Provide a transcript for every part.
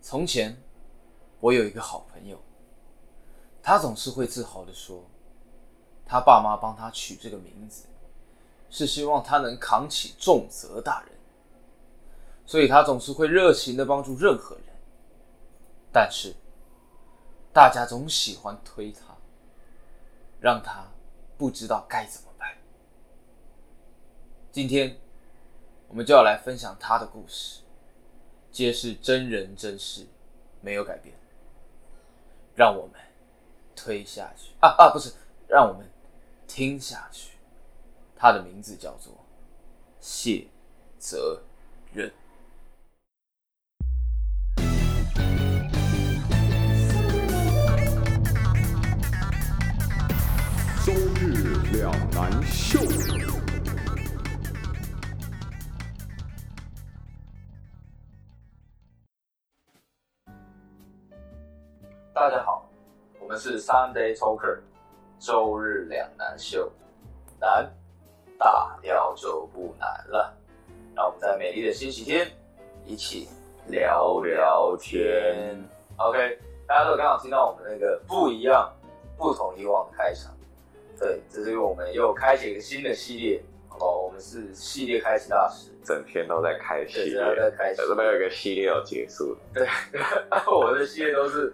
从前，我有一个好朋友，他总是会自豪地说，他爸妈帮他取这个名字，是希望他能扛起重责大人，所以他总是会热情地帮助任何人。但是，大家总喜欢推他，让他不知道该怎么办。今天，我们就要来分享他的故事。皆是真人真事，没有改变。让我们推下去啊啊，不是，让我们听下去。他的名字叫做谢泽任。周日两难秀，大家好，我们是 Sunday Talker，周日两难秀，难大聊就不难了。让我们在美丽的星期天一起聊聊天。OK，大家都有刚好听到我们那个不一样、不同以往的开场。对，这是因为我们又开启一个新的系列哦，我们是系列开启大师。整天都在开系对，列只，要在开启可，是没有一个系列有结束。 我的系列都是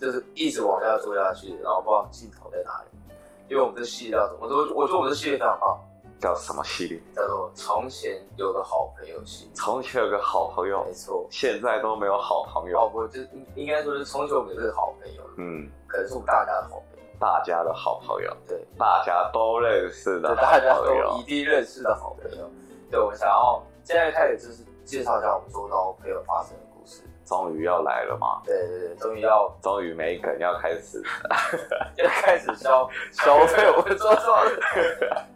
就是一直往下做下去，然后不知道尽头在哪里。因为我们这系列叫做，我都我觉得我们这系列非常棒，叫什么系列？叫做“从前有个好朋友”系列。从前有个好朋友没，错，现在都没有好朋哦友。不，就是应应该说是从前我们有这个好朋友，嗯，可能是我们大家的好朋友，大家的好朋友，对，大家都认识的对，好大家朋都一友。定认识的好朋友。对，我们想要现在开始就是介绍一下我们周遭朋友发生的故事。终于要来了吗？对对对，终于要终于没梗要开始，要开始消消费我们周遭的。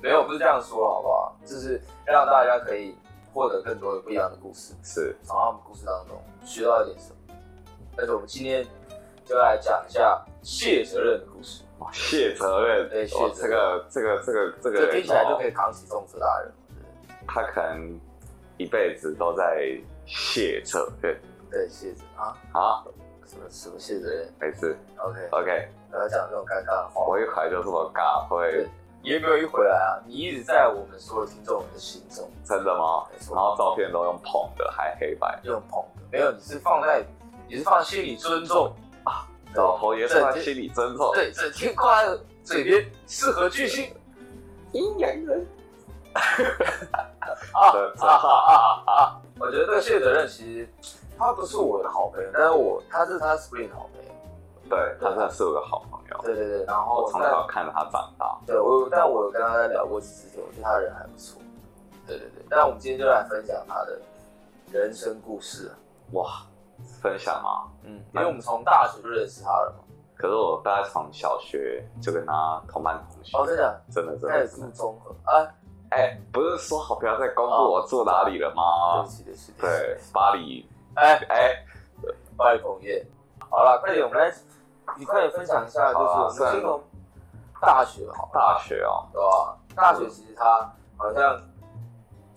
没有，不是这样说，好不好？就是让大家可以获得更多的不一样的故事，是从他们故事当中学到一点什么。但是我们今天就来讲一下谢责任的故事，哇哦谢责任，对谢哇责这个这个这个这个这人听起来就哦可以扛起重责大人。他可能一辈子都在谢责任对，谢责啊，啊，什么什么谢责任没事？OK， ，OK，不要讲这种尴尬的话。我一回来就这么尬，对会你也没有一回来啊，你一直在我们所有听众的心中。真的吗？没错然后照片都用捧的，还黑白。用捧的，没有，你是放在，你是放在心里尊重啊，老头也是他整心理尊重，对，整天挂在嘴边，适合巨星阴阳人啊对啊啊啊啊啊！我觉得这个谢哲任其实他不是我的好朋友，但是我他是他 Spring 的好朋友，对他真的是我的好朋友。对对对，然我后从小看着他长大，但对我有，但我有跟他在聊过几次天，我觉得他人还不错，对对对，但我们今天就来分享他的人生故事，哇，分享吗？嗯，因为我们从大学就认识他了嘛，可是我大概从小学就跟他同班同学，哦，真的，真的真他也的是真的。综合啊，哎，不是说好不要再公布哦我住哪里了对不吗？起对不起，对不起啊对，巴黎。哎。哎，拜捧业。好了，快点，我们来，你快点分享一下，就好是啊我们先从大学好了，大学哦，对吧？大学其实他好像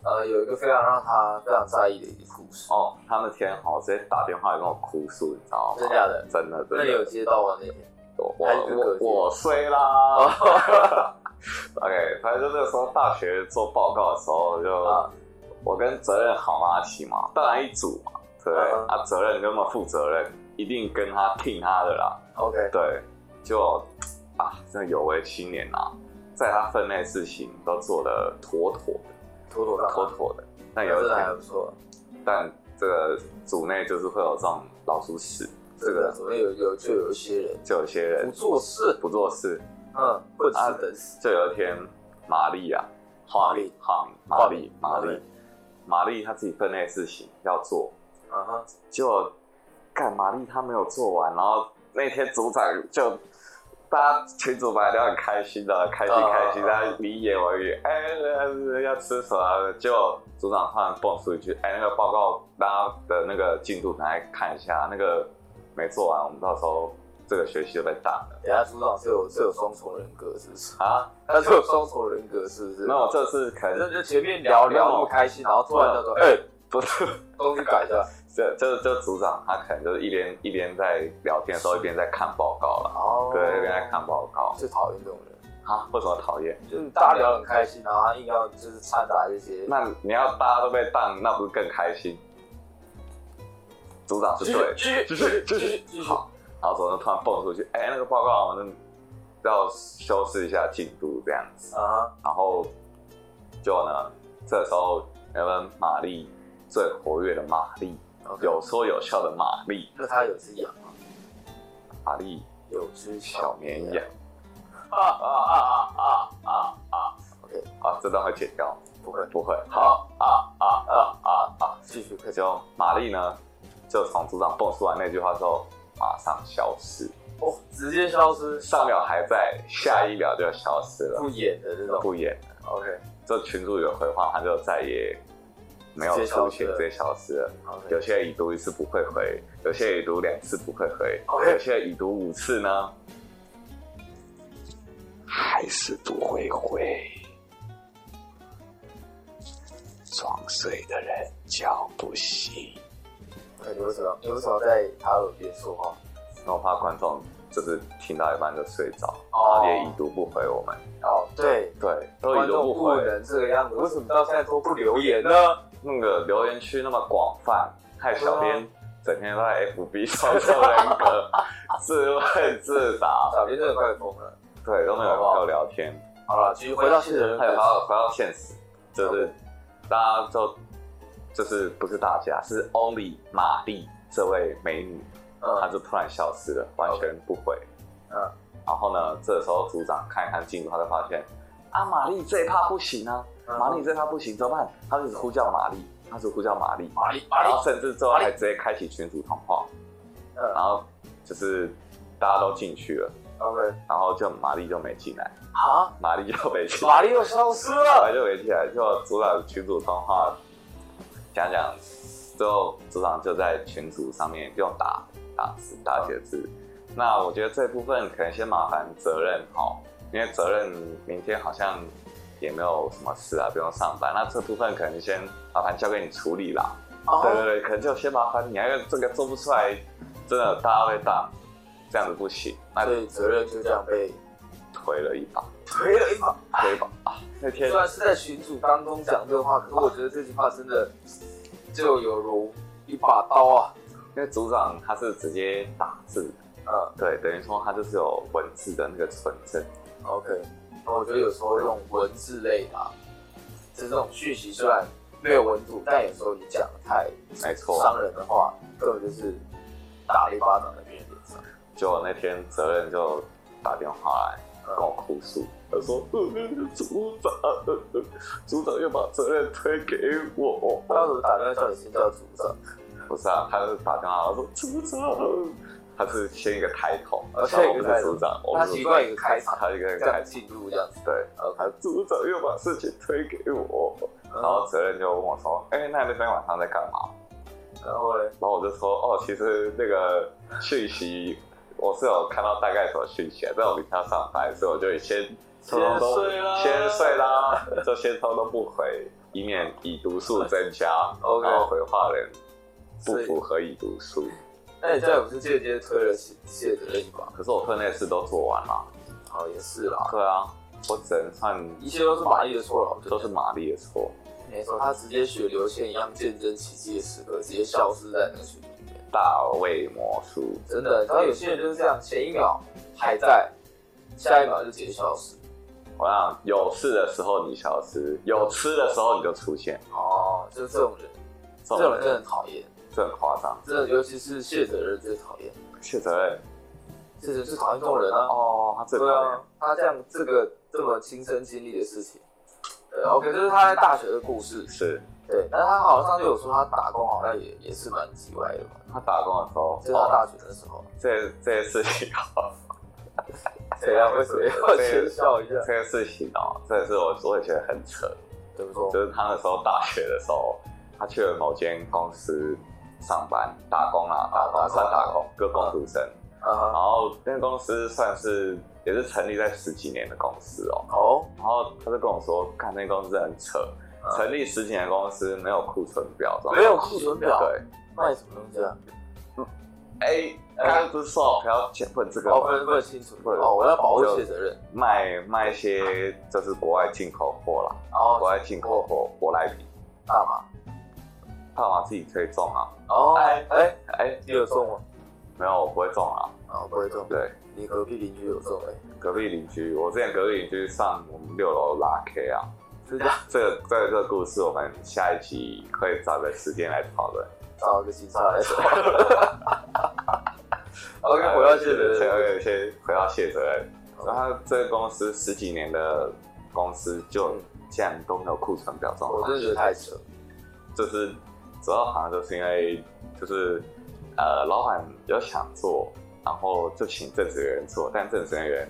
呃有一个非常让他非常在意的一个故事，哦，他那天哦直接打电话来跟我哭诉，你知道吗？真的假的？真的真那你有的，接到吗？那天？我还是我隔壁我睡啦。哦， OK，反正就那个时候大学做报告的时候就，啊我跟责任好妈一起嘛，当然一组嘛，对不对嗯啊，责任跟我负责任，一定跟他听他的啦， ，OK，对，就啊，真的有为青年啊，在他分内事情都做得妥妥的，妥妥的，妥妥的。啊但有真一的还天，不错。但这个组内就是会有这种老鼠屎，这这个个昨天有有就有一些人就有些人不做事，不做事，嗯，混啊吃等死，就有一天，玛丽啊，玛丽，哈，玛丽，玛玛丽丽，玛丽她自己分内事情要做，啊哈，结果干玛丽她没有做完，然后那天组长就大家群主本来都很开心的，开心啊开心，啊大家你一言我一语，哎、呃要吃什么？结果组长突然蹦出一句，哎、那个报告大家的那个进度，来看一下，那个没做完，我们到时候这个学期就被打了等下组长是有是有双重人格是不是？啊！他是有双重人格是不是？没有，这次可反能正就前面聊聊那么开心，然后突然他说：“哎、不是。东西改一下。这这这组长他可能就是一边一边在聊天的时候一边在看报告了，哦，对，一边在看报告最讨厌这种人，啊，为什么讨厌？就是大家聊得很开心，然后他硬要就是掺杂一些，那你要大家都被当，那不是更开心？组长是对的，继续继继续续继继续续继续，好，然后总是突然蹦出去，哎、那个报告我们要修饰一下进度这样子，啊，然后就呢，这时候那们玛丽最活跃的玛丽，有说有笑的玛丽，那他有只羊吗？玛丽有只小绵羊啊啊啊啊啊啊！啊，这段会剪掉，不会，不会，好，好啊啊啊啊啊！继续快就玛丽呢，就从组长蹦出来那句话之后，马上消失。哦，直接消失，上秒还在，下一秒就消失了，不演的这种。不演了。 OK 这群主有回话，他就再也没有出现，直接消失了。有 OK，些已读一次不会回，有些已读两次不会回 OK 有些已读五次呢，还是不会回。装睡的人叫不醒。你为什么你为什么在他耳边说话？然后怕观众就是听到一半就睡着，哦然后也已读不回我们。哦，对，对，都已观读众不不回。能这个样子，为什么到现在都不留言呢？那个留言区那么广泛，害小编嗯整天都在 FB 操作人格，自问自答，小编真的快疯了。对，都没有人跟我聊天。好了，继续回到现实人还有回格。到回到现实，就是大家就就是不是大家，是 Only 玛丽这位美女，她嗯就突然消失了，完全不回。嗯，然后呢，这时候组长看一看进度，他就发现啊，玛丽这一趴不行啊，嗯玛丽这一趴不行，怎么办？他就一直呼叫玛丽，他一直呼叫玛丽，玛丽玛然丽后，甚至之后还直接开启群组通话，然嗯后就是大家都进去了， ，OK，然后就玛丽就没进来，啊，玛丽就没进来，玛丽又消失后了。来就没进来，就组长群组通话讲讲，最后组长就在群组上面用打打字打写字。那我觉得这部分可能先麻烦责任哈，因为责任明天好像也没有什么事啊，不用上班。那这部分可能先麻烦交给你处理啦。对对哦，对，可能就先麻烦你，因为这个做不出来，真的大家会打，这样子不行，那所以责任就这样被推了一把，推了一把。推一把啊！那天虽然是在群组当中讲这话，可是我觉得这句话真的就有如一把刀啊。因为组长他是直接打字，嗯对，等于说他就是有文字的那个纯正， ，OK，那我觉得有时候这种文字类啊，这种讯息虽然没有文组，但有时候你讲得太没错。啊伤人的话，根本就是打了一巴掌在别人脸上。就那天责任就打电话来跟我哭诉，他说：“呃组长，呃呃组长又把责任推给我。”他为什么打电话叫你先叫组长？不是啊，他是打电话，他说组长，他是先一个开头，哦呃然后先我一不个是开头组长，我他们是习惯一个开场，他一个人这样开始，进入这样子。对， OK，嗯他组长又把事情推给我，然然后责任就问我说，哎、那那天晚上在干嘛？然后嘞，然后我就说，哦，其实那个讯息我是有看到大概什么讯息啊，但我明天要上班，所以我就先偷偷都先睡啦先睡啦，就先偷偷不回，以免已读数增加 OK 然后回话人不所以符合已读数。那你这样不是间接推了谢谢责任一把？可是我课那次都做完了。好，也是啦。对啊，我只能算一切都是玛丽的错了，我觉得都是玛丽的错。没错，他直接学刘谦一样见证奇迹的时刻，直接消失在那个群组里面。大卫魔术，真的，然后有些人就是这样，前一秒还在，下一秒就直接消失。我想有事的时候你消失，有吃的时候你就出现，哦，就是这种人，这这种种人真的人很讨厌，这很夸张，真的，尤其是谢哲人最讨厌，谢责任谢哲最讨厌这种人啊。哦，他最讨对厌啊，他这样这个这么亲身经历的事情，对，OK，这是他在大学的故事。是对，但是他好像上次有说他打工好像也也是蛮叽歪的嘛，他打工的时候这，是他哦，大学的时候。这这些事情哦，谁啊？为什么要先笑一下这？些事情哦，这也是我我也觉得很扯，对不错，就是他那时候大学的时候，他去了某间公司上班打工啊，打工算打工，就工读生。然啊，后那个公司算是也是成立在十几年的公司哦。哦，然后他就跟我说，看那公司真的很扯，嗯成立十几年的公司没有库存表，这种没有库存表对，卖什么东西啊？哎，刚刚不是说我不要钱问这个哦，不吗能不能清楚不能哦，我要保护企业责任。卖卖一些就是国外进口货啦，然后国外进口货舶来品，大麻。大麻自己可以种啊，哦，哎哎哎，哎，你有中吗？没有，我不会种啊，啊，不会中。对。你隔壁邻居有中 哎，隔壁邻居，我之前隔壁邻居上我们六楼拉 K 啊，是的，这个这个这个故事我们下一集可以找个时间来讨论。 找一个警察来说。OK，回到谢才会人。呃有一些回到谢责任。然后他这个公司十几年的公司，就竟然都没有库存表这种 嗯我东真的西，觉得太扯。就是主要好像就是因为就是呃老板有想做，然后就请正职人员做，但正职人员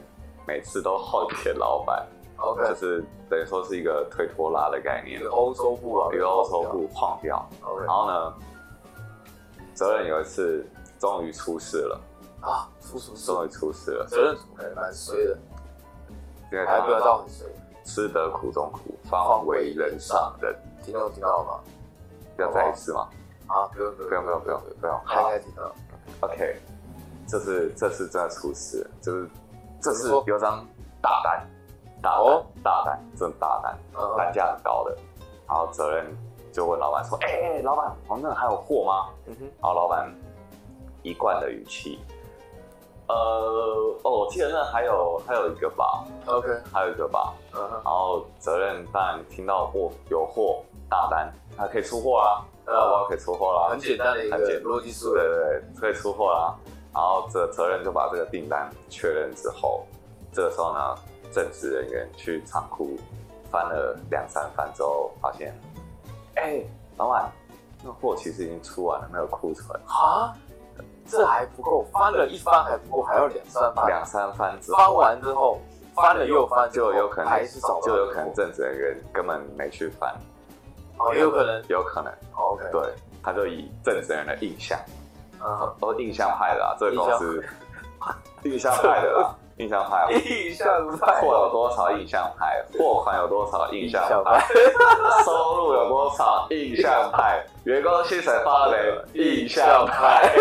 每次都后给老板， OK， 就是等于说是一个推拖拉的概念一个，欧洲部啊，与欧洲部晃掉。 OK 然后呢，责任有一次终于出事了，啊，出什么事？终于出事了，责任组还蛮衰的，因为还他没有到很衰。吃得苦中苦，方为人上人。听众听到了吗？要再一次吗？啊，不用不用不用不用不用不用。他应好该听到。 ，OK，这次这次真的出事了，就是这次怎么说有张大单，大单、哦大单，真的大单，嗯单价很高的，然后责任就问老板说：“哎、老板，我们那还有货吗嗯哼，？”然后老板一贯的语气，呃，哦，我记得那还有还有一个吧， ，OK，还有一个吧，嗯哼，然后责任当然听到货有货大单，他可以出货啦，嗯老板可以出货啦，很简单的一很个简逻辑思对维。对对，可以出货啦。然后责责任就把这个订单确认之后，这个时候呢，正职人员去仓库翻了两三番之后，发现，哎、老板，那货其实已经出完了，没有库存。啊，这还不够，翻了一翻还不够，还要两三翻。两三番之后，翻完之后，翻了又翻，就有可能还是找不到就有可能正职人员根本没去翻，哦，也有可能。有可能 OK，对，他就以正职人的印象。嗯，都印象派的啊，这个公司，印象派的啦，印象派，印象派货有多少印象派，货款有多少印象象派，收入有多少印象派，员工薪水发了没印象派，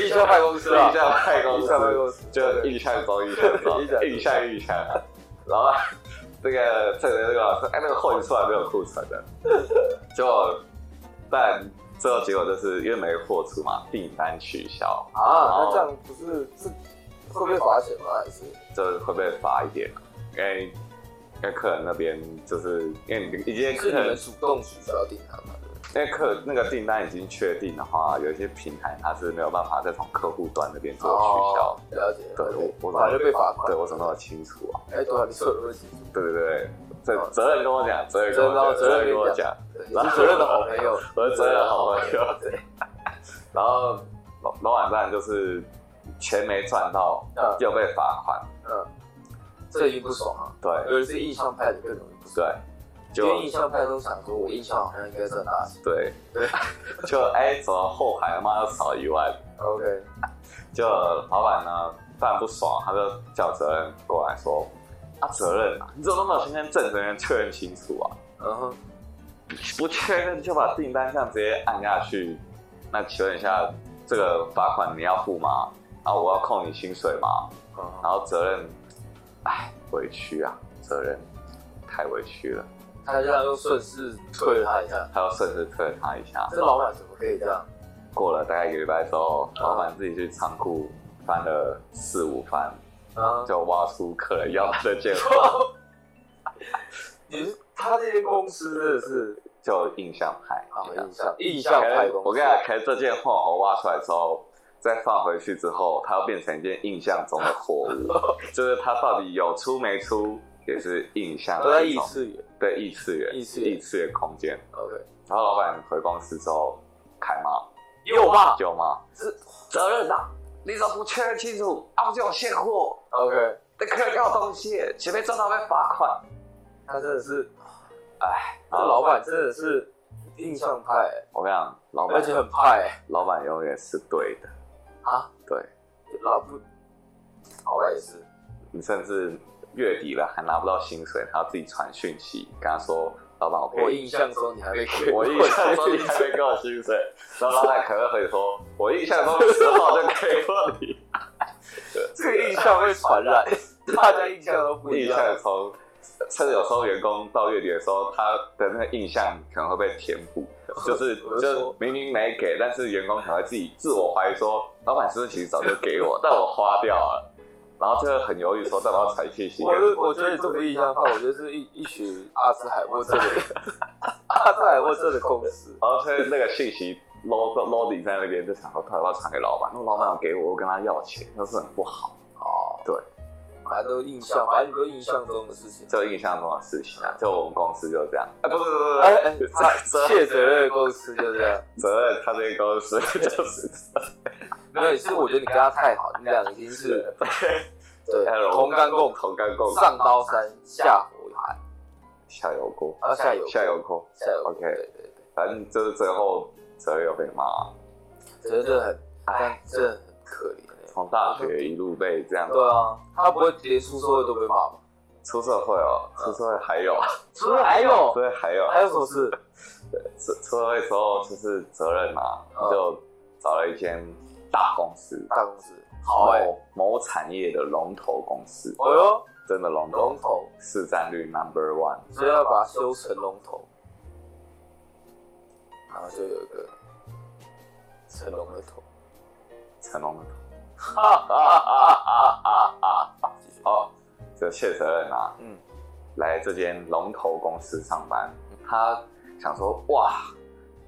印象派公司啊印，象派公印象派司，公司就印象中印象中印象中印象印象，然后这个这个这个老师，哎，那个货你出来没有库存的，就但最后结果就是因为没货出嘛，订单取消。啊，那这样不是是会被罚钱吗？还是这会被罚一点，因为因为客人那边就是因为你已经客是你们人主动取消订单吗？因为客那个订单已经确定的话，有一些平台它是没有办法再从客户端那边做取消。哦，了解。对，我我反正被罚款对。我怎么那么清楚啊？哎，对啊，你是有问题，对对对，这责任跟我讲，责任跟我讲，哦责任跟我讲，啊对你是责任的好朋友，我是责任的好朋友。对， 然后老老板当然就是钱没赚到嗯，又被罚款。嗯，这已经不爽了。对有人是印象派的更容易不爽。对，因就为印象派都想说，我印象好像应该赚大钱。对对， 就哎、怎么后排他妈又少一万？ OK，就老板呢，当然不爽，他就叫责任过来说：“啊，责任啊，你怎么都没有先跟正责任确认清楚啊？然后不确认就把订单这样直接按下去，那请问一下，这个罚款你要付吗？啊，我要扣你薪水吗？然后责任，哎，委屈啊，责任太委屈了，他这样又顺势推了他一下，他要顺势推了他一下。这老板怎么可以这样？过了大概一个礼拜之后，嗯老板自己去仓库翻了四五番，啊，就挖出客人要他的件货，你是他这间公司真的是就印象派啊，哦印象印象印象派公司，我跟你讲，可能这件货我挖出来之后，再放回去之后，它要变成一件印象中的货 物，就是它到底有出没出，也是印象都在一异种次元。对异次元异次元异次元空间。 OK，然后老板回公司之后开骂，又骂就骂是责任呐、你怎么不确认清楚？啊，不就有现货？ OK，那客人要东西，前面赚到被罚款。他真的是哎，这老，板真的是印象派，我跟你讲，老而板且很派老板永远是对的，啊，对老不老板也是你甚至月底了还拿不到薪水，他自己传讯息跟他说，老板我可我以，印象中你还没给我印象中你还没给我薪水， 然后老板可乐可以说，我印象中十号就给过 你，这个印象会传 染，大家印象都不一印样。象从。甚至有时候员工到月底的时候，他的那个印象可能会被填 补，就是我就就说明明没给，但是员工可能会自己自我怀疑说，老板是不是其实早就给我，但我花掉了，然后就会很犹豫说，到底要采信息我跟是我觉得这不是印象派，我觉得是一一群阿兹海默症的 人，阿兹海默症的公司。然后他那个信息 load loading 在那边，就想说他要不要传给老板，那老板有给我，我跟他要钱，那是很不好，哦，对，反正都印象，反正你都印象中的事情。就印象中的事情啊，就我们公司就这样，啊、不不不哎 哎，不这谢责任的公司就这样。不，责任他这个公司就是 没有，是我觉得你跟他太好，你们俩已经是对同甘共苦，同甘共苦，上刀山下火海，下油锅，啊下油锅下油锅，下有 OK 对对对，反正就是最后责任又被骂，真的很，但这很啊可怜。从大学一路被这样，对啊，他不会结束所有都被骂吗？出社会哦，嗯出社会还有，除了还有出社会还有，还有什么事？出出社会之后就是责任嘛，嗯就找了一间大公司，大公司，好哎，某某产业的龙头公司，哦哟，真的龙头龙，头，市占率 number one，所以要把它修成龙头，然后就有一个成龙的头，成龙的头。哈哈哈哈哈哈！哦，这谢责任啊，嗯，来这间龙头公司上班，他想说哇，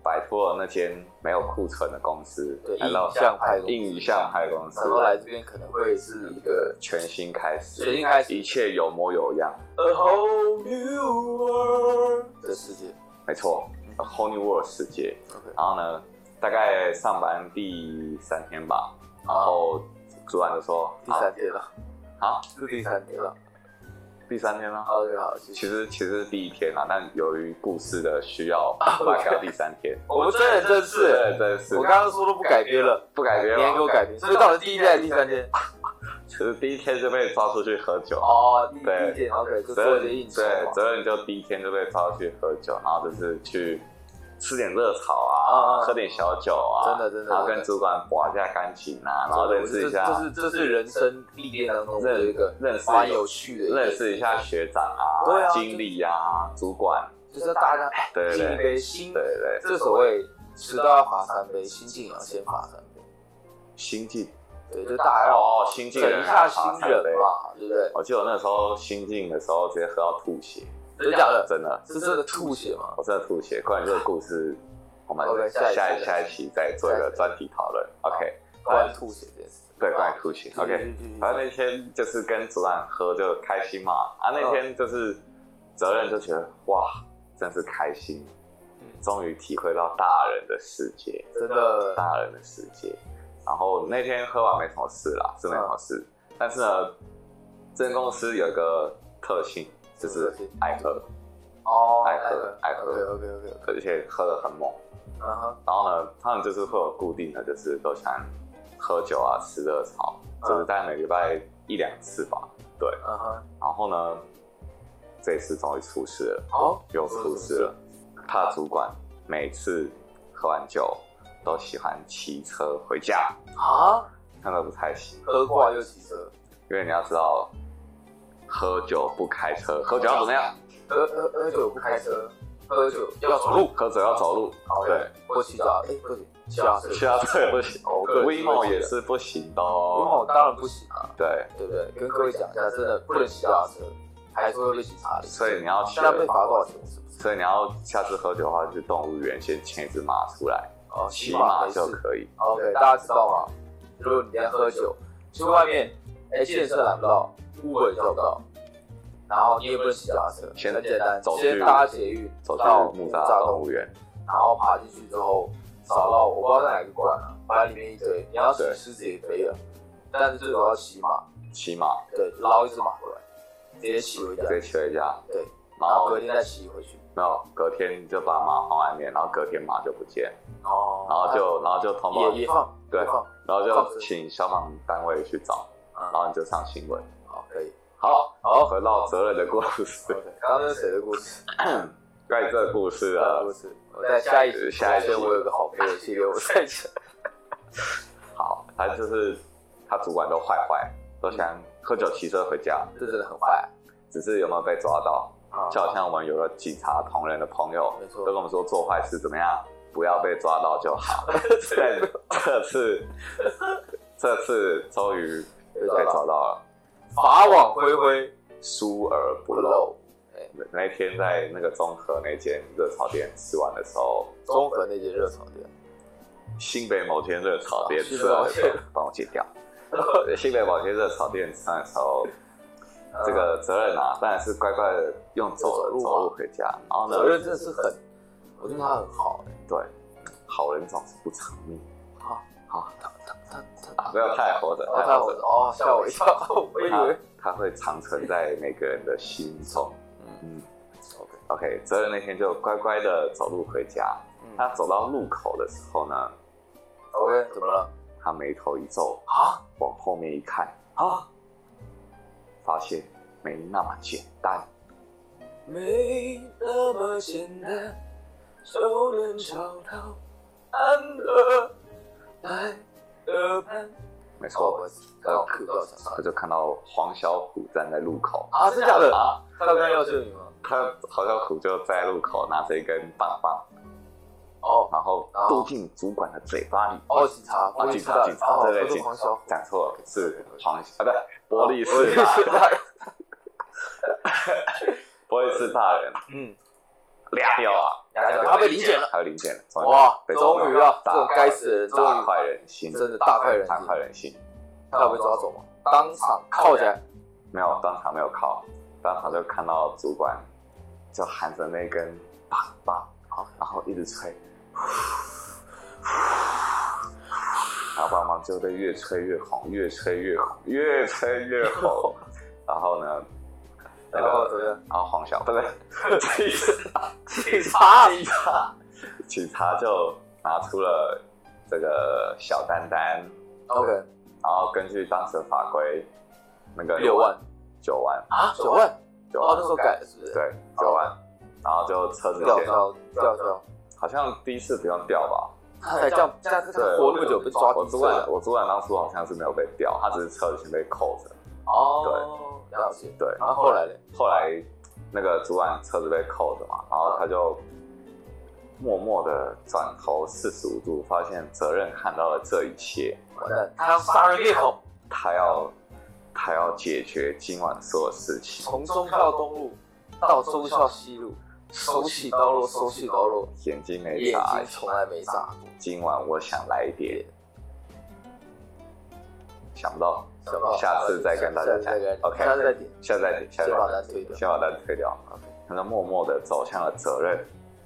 摆脱了那间没有库存的公司，对，来到印象派公司印象派公司然后来这边可能会是一个全新开始，全新开始一切有模有样， a whole new world 的世界。没错，a whole new world 世界。 OK，然后呢，大概上班第三天吧，然后主管就说，啊第三天了，好，好是第三天了。第三天吗？ OK，好，继其续。实其实是第一天啊，但由于故事的需要， 我把它改到第三天。啊我们真人真事，对，真是我刚刚说都不改编了，不改编你还给我改编，所以到了第一天还是第三天？其实第一天就被抓出去喝酒，哦，第对第一天 OK，就做责一些任应酬啊对嘛。责任就第一天就被抓出去喝酒，然后就是去吃点热炒啊啊，啊啊喝点小酒啊，真的真的然后真跟的主管把一下感情啊，然后认识一下，这是这是人生历练当中的一个认识蛮有趣的一个，认识一下学长对啊、啊经理啊、主管，就是大家哎对敬一对杯心，对对，这所谓迟到要罚三杯，心境也要先罚三杯，新进对，就大家要哦，新进整一下新人嘛。嘛，对不对？我记得我那时候新进的时候，直接喝到吐血，真的假的？真的，是真的吐血吗？我真的吐血。关于这个故事，我们 OK，下下一一次下一期再做一个专题讨论。OK，关于吐血这件事，对，关于吐血。OK，反嗯正那天就是跟主管喝就开心嘛，啊，那天就是责任就觉得哇，真是开心，终于体会到大人的世界。真的大人的世界。然后那天喝完没什么事啦，是没什么事。但是呢，这间公司有一个特性，就是爱喝，哦，爱喝爱喝 OK OK OK，而且喝得很猛。嗯哼，然后呢，他们就是会有固定的，就是都喜欢喝酒啊、吃热炒，就是大概每礼拜一两次吧。嗯哼，然后呢，这一次终于出事了，哦，又出事了。他主管每次喝完酒都喜欢骑车回家，啊，那个不太行。喝挂又骑车，因为你要知道，喝酒不开车，喝酒要怎么样？喝喝喝酒不开车，喝酒要走路。，喝酒要走路。好，对，，我洗澡，哎，不行，洗澡是需要这个不行。我个人 WeMo 也是不行的，WeMo 哦。当然不行啊，对，对不对？跟各位讲一下，真的不能洗脚踏车，还是会被警察的。所以你要学那被罚多少钱？是不是？所以你要下次喝酒的话，去动物园先牵一只马出来，哦，骑码马没就事。可以。 OK，大家知道吗？如果你今天喝酒，去外面，哎，健身拦不到，Uber 也叫不到，然后你也不能洗脚踏车，先很简单，走去先搭捷运走去到木栅栅动物园，然后爬进去之后，找到我不知道在哪个馆啊，反正里面一堆，你要洗狮子也可以了，但是最主要要洗马，骑马对，捞一只马回来，直接洗回家直，接骑回家，对，然然后后隔天再洗回去。没有，隔天就把马放外面，然后隔天马就不见，哦，然后就然后就通报也，也放，对也放，然后放就生请消防单位去找，啊然，后你就上新闻。好，可以，好，好， 回到责任的故事。刚刚那是谁的故事？关于这个故事啊，不是，我在下一集，下一集所以我有个好朋友去约我赛车，好，他就是他主管都坏坏，都喜欢喝酒骑车回家， 这真的很坏只是有没有被抓到？啊！就好像我们有个警察同仁的朋友，没错都跟我们说做坏事怎么样，不要被抓到就 好。但这 次，这次终于被抓到了，法网恢恢疏而不不漏。漏，那天在那个综合那间热炒店吃完的时候，综合那间热炒店，新北某间热炒店啊吃完的时候，帮我戒 掉。新北某间热炒店吃完的时候，嗯这个责任啊，当然是乖乖的用走走的路啊走路回家。然后呢，责任真的是很，我觉得他很好，对，好人总是不长命。好，好，他他啊不要太活着，哦，太好了，哦，吓我一跳， 我以它为它会长存在每个人的心中。嗯 OK， ，OK，泽仁那天就乖乖的走路回家。嗯他走到路口的时候呢， OK，怎么了？他眉头一皱，啊往后面一看，啊，发现没那么简单。没那么简单就 能找到安乐来的伴。没哦，错我，刚好磕到想上他就看到黄小虎站在路口。啊，真假的？啊，他刚刚要救你吗？他黄小虎就在路口拿着一根棒棒，哦然后哦嘟进主管的嘴巴里。哦，警察，啊，我警知察，道警察，哦对对，我是警黄小虎，哦讲错了，是黄啊，不对，玻璃我是也是大， 他，玻璃是大人，嗯，俩掉啊，俩掉他被零检了还有零检了，终于哇，被抓到终于啊，这大种该死的人终大于快人心，真的大快人心大快人心，他有被抓走吗？当场铐起来，没有当场没有铐，当场就看到主管就含着那根棒棒，然后一直吹，然后棒棒就被越吹越红，越吹越红，越吹越红，然后呢，那然后个怎么样？ 然后黄小不是。警察，警察 警察就拿出了这个小单单， ，OK，然后根据当时的法规，那个六万九万啊，九万，九哦，万那时候改了是不是？对九万，然后就车子吊检销，吊销，好像第一次不用调吧？他哎才这样，这样他活那么久被抓我几主次啊管我主管当初好像是没有被调，他只是车子先被扣着。哦，了解。对，然后后来嘞，后来那个主管车子被扣着嘛，然后他就默默的转头四十五度，发现责任看到了这一切。完蛋，他要杀人灭口，他要他要解决今晚所有事情，从忠孝东路到忠孝西路，手起刀落，手起刀落，眼睛没眼眨睛，从来没眨过。今晚我想来一点，想不到，想不到下次再跟大家下讲次再跟，OK，下次再点，下次再点，下次先把再它点，推掉。先把单推掉，他就默默的走向了责任，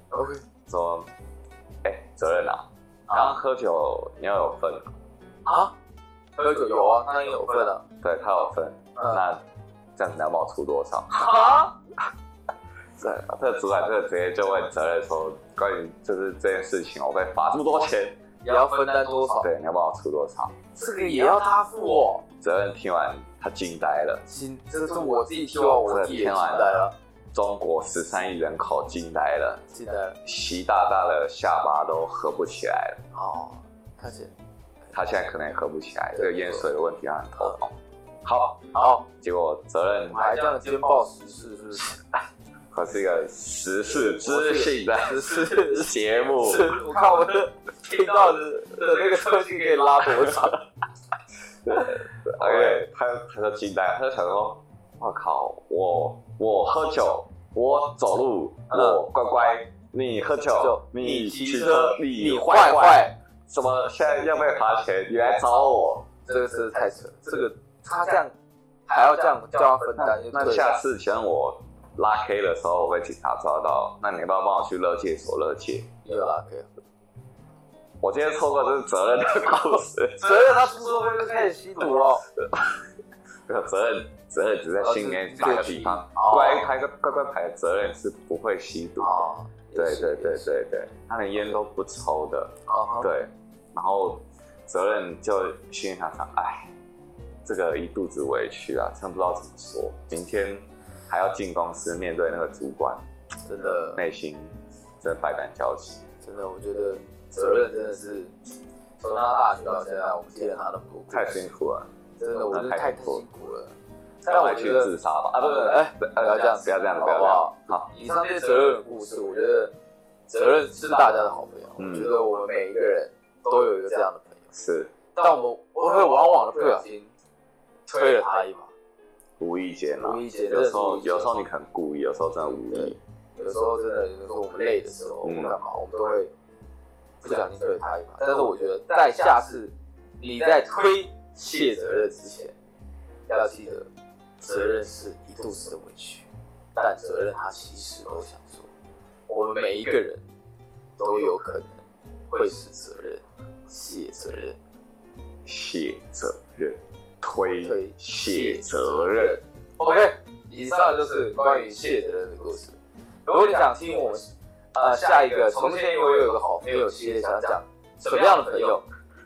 OK，说，哎、责任啊，刚啊刚喝酒你要有分，啊，喝酒有啊，那也有份啊。对他有分，嗯，那这样你要帮我出多少？啊，对，这主管这直接就问责任说，关于就是这件事情，我被罚这么多钱，也要分担多少？对，你要帮我出多少？这个也要他付哦。责任听完他惊呆了，心，这个是我自己听完，我自己也进来了，中国十三亿人口惊呆了，进来了。习大大的下巴都合不起来了，哦，开始，他现在可能也合不起来，这个淹水的问题让人头痛。好，好，结果责任我还这样兼报时事是不是？可是一个时事知性的时事节目，是，我看我 的频道的的那个特性可以拉多长？ OK，他他就惊呆，他就想说：“我靠，我我喝酒，我走路，嗯我乖乖，你喝酒就，你骑车，你你坏坏坏，坏，什么现在要被罚钱，你来找我，这个真的太扯了，这个他这样还要这样叫他分担，就对那了下次想我拉黑的时候我被警察抓到，那你要不要帮我去乐界所乐界？有啦，可以了。我今天错过这是责任的故事，所以他出社会就开始吸毒了，没有责任。”责任只在心里面打个比方，哦乖牌乖乖牌的责任是不会吸毒的。哦，对对对对对，他连烟都不抽的，哦，对，然后责任就心里想想，哎，这个一肚子委屈啊，真不知道怎么说。明天还要进公司面对那个主管，真的，内心真的百感交集。真的，我觉得责任真的是从他大学到现在，我们听了他那么多故事，太辛苦了，真的，我觉得太太辛辛苦苦了。但让我我去觉得自杀吧！啊，不不不，哎哎，不要这样，不要这样，好不不要这样好，？好，以上这些责任的故事，我觉得责任是大家的好朋友。嗯我觉得我们每一个人都有一个这样的朋友，是但我们我会往往的啊不小心推了他一把。无意间啊嘛无意，间有时候真的是无意间有时候你可能故意，有时候真的无对意，有时候真的，有时候我们累的时候，我们干嘛，我们都会不小心推了他一把。但是我觉得，在下次你在推卸责任之前，要记得，责任是一肚子的委屈，但责任他其实都想说，我们每一个人都有可能会使责任卸责任。卸责任，推推卸责任， OK，以上就是关于谢责任的故事。如果你想听我们呃下一个从前我有个好朋友系列想讲什么样的朋友，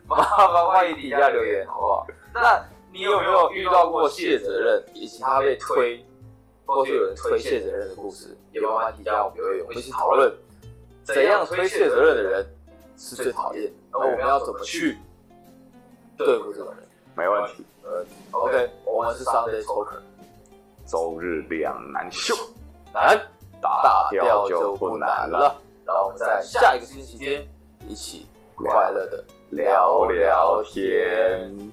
麻烦欢迎底下留言，好不好？那你有没有遇到过卸责任以及他被推，或是有人推卸责任的故事？也麻烦底下我们留言，我们一起讨论怎样推卸责任的人是最讨厌，然后我们要怎么去对付这种人。没问题。 OK，我们是 Sunday Talker。周日两难秀，难打掉就不难了。。然后我们在下一个星期天一起快乐的聊聊天。